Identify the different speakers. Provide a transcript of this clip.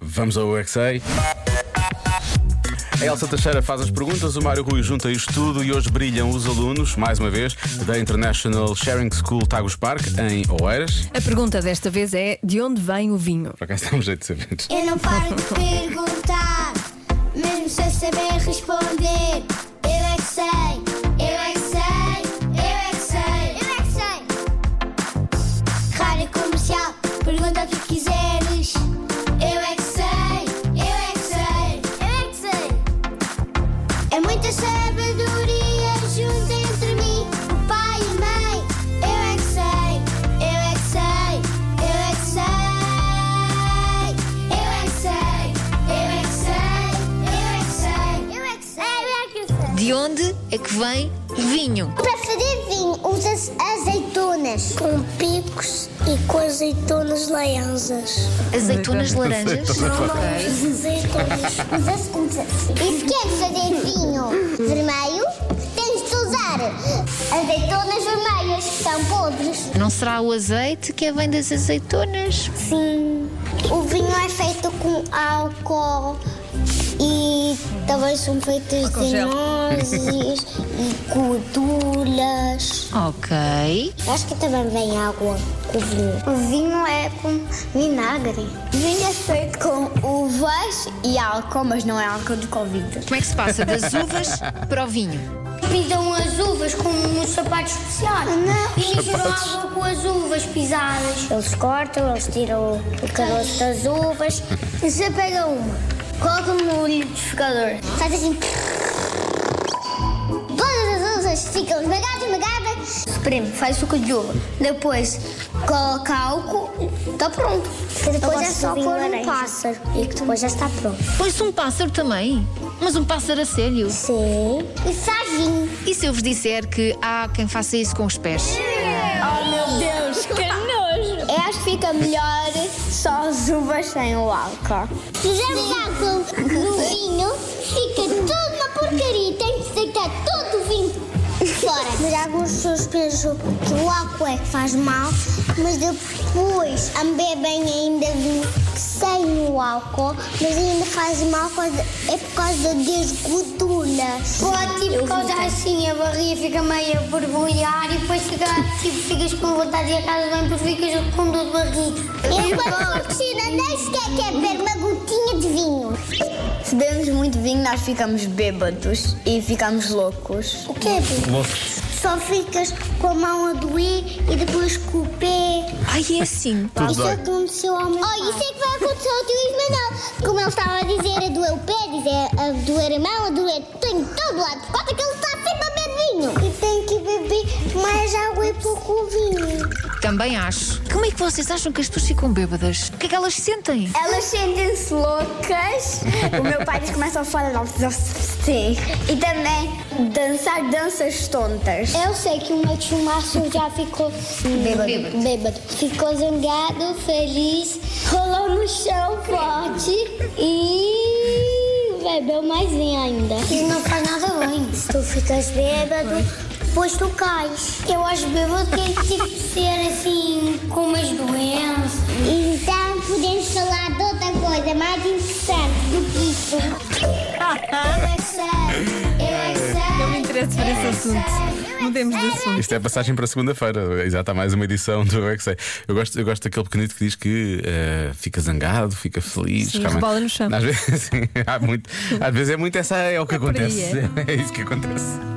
Speaker 1: Vamos ao UXA. A Elsa Teixeira faz as perguntas, o Mário Rui junta isto tudo e hoje brilham os alunos, mais uma vez, da International Sharing School Tagus Park, em Oeiras.
Speaker 2: A pergunta desta vez é: de onde vem o vinho?
Speaker 1: Por acaso dá um jeito de saber.
Speaker 3: Eu não paro de perguntar, mesmo sem saber responder. Eu é que sei, eu é que sei, eu é que sei, eu é que sei. Rádio comercial, pergunta o que quiseres. Eu é que sei, eu é que sei, eu é que sei. É muita sabedoria junta entre mim, o pai e a mãe. Eu é que sei, eu é que sei, eu é que sei. Eu é que sei, eu é que sei, eu é que sei, eu é que sei.
Speaker 4: De onde é que vem vinho?
Speaker 3: Para fazer vinho usa-se azeitonas com picos e com azeitonas laranjas.
Speaker 4: Azeitonas laranjas?
Speaker 3: Azeitonas. usa-se com um E se queres fazer vinho vermelho, tens de usar azeitonas vermelhas que são podres.
Speaker 4: Não será o azeite que é vem das azeitonas?
Speaker 3: Sim. O vinho é feito com álcool e também são feitos de
Speaker 2: gel.
Speaker 3: nozes e gorduras.
Speaker 4: Ok.
Speaker 3: Acho que também vem água com vinho. O vinho é com vinagre. Vinho é feito com uvas e álcool, mas não é álcool de Covid.
Speaker 4: Como é que se passa das uvas para o vinho?
Speaker 3: Pisam as uvas com um sapato especial. Não. E misturam água com as uvas pisadas. Eles cortam, eles tiram o caroço das uvas. E você pega uma, coloca no liquidificador. Faz assim. Todas as uvas ficam esmagadas, esmagadas. Espreme, faz suco de uva. Depois coloca álcool, está pronto. depois é só pôr um pássaro. E que depois já está pronto.
Speaker 4: Põe-se um pássaro também. Mas um pássaro a sério.
Speaker 3: Sim. E faz vinho.
Speaker 4: E se eu vos disser que há quem faça isso com os pés?
Speaker 5: Oh,
Speaker 3: Eu acho que fica melhor só as uvas sem o álcool. Fizemos álcool no vinho, fica tudo uma porcaria. Tem que deitar todo o vinho fora. Mas alguns pessoas pensam que o álcool é que faz mal, mas depois bebem ainda vinho sem o álcool, mas ainda faz mal quando- é por causa das gorduras. Pode
Speaker 5: Tipo, causa assim, a barriga fica meio a borbulhar e depois fica, tipo, ficas com vontade de ir a casa bem porque ficas com dor de barriga.
Speaker 3: Eu, quando Cristina, nem sequer quer beber uma gotinha de vinho. Se bebemos muito vinho, nós ficamos bêbados e ficamos loucos. O que é vinho?
Speaker 1: Loucos.
Speaker 3: Só ficas com a mão a doer e depois com o pé.
Speaker 4: Ai, é assim.
Speaker 1: Tudo
Speaker 3: Isso
Speaker 1: bem.
Speaker 3: aconteceu ao meu pai. Oh, isso é que vai acontecer ao teu Ismael. Como ele estava a dizer, a doer o pé, dizer, a doer a mão, a doer tenho todo lado. Por causa que ele está sempre a beber vinho. E tem que beber mais água e pouco vinho.
Speaker 4: Também acho. Como é que vocês acham que as pessoas ficam bêbadas? O que é que elas sentem?
Speaker 3: Elas sentem-se loucas. O meu pai diz que começa a falar não. Sim. E também dançar danças tontas. Eu sei que o meu tio Márcio já ficou bêbado. bêbado. Ficou zangado, feliz, rolou no chão forte e bebeu mais vinho ainda. E não faz nada bem. Se tu ficas bêbado, depois tu cais. Eu acho bêbado tem tipo de ser assim, com umas doenças. Então podemos falar de outra coisa mais interessante do que isso. Eu é que sei, eu é que sei. é
Speaker 2: Não me interessa por esse assunto. Mudemos de assunto.
Speaker 1: Isto é passagem para segunda-feira, exato, há mais uma edição do UXA. Eu gosto, eu gosto daquele pequenito que diz que eh, fica zangado, fica feliz.
Speaker 2: Sim,
Speaker 1: realmente.
Speaker 2: rebola no chão.
Speaker 1: Às vezes, sim, há muito, às vezes é muito essa, é o que
Speaker 2: É por aí,
Speaker 1: acontece. é isso que acontece.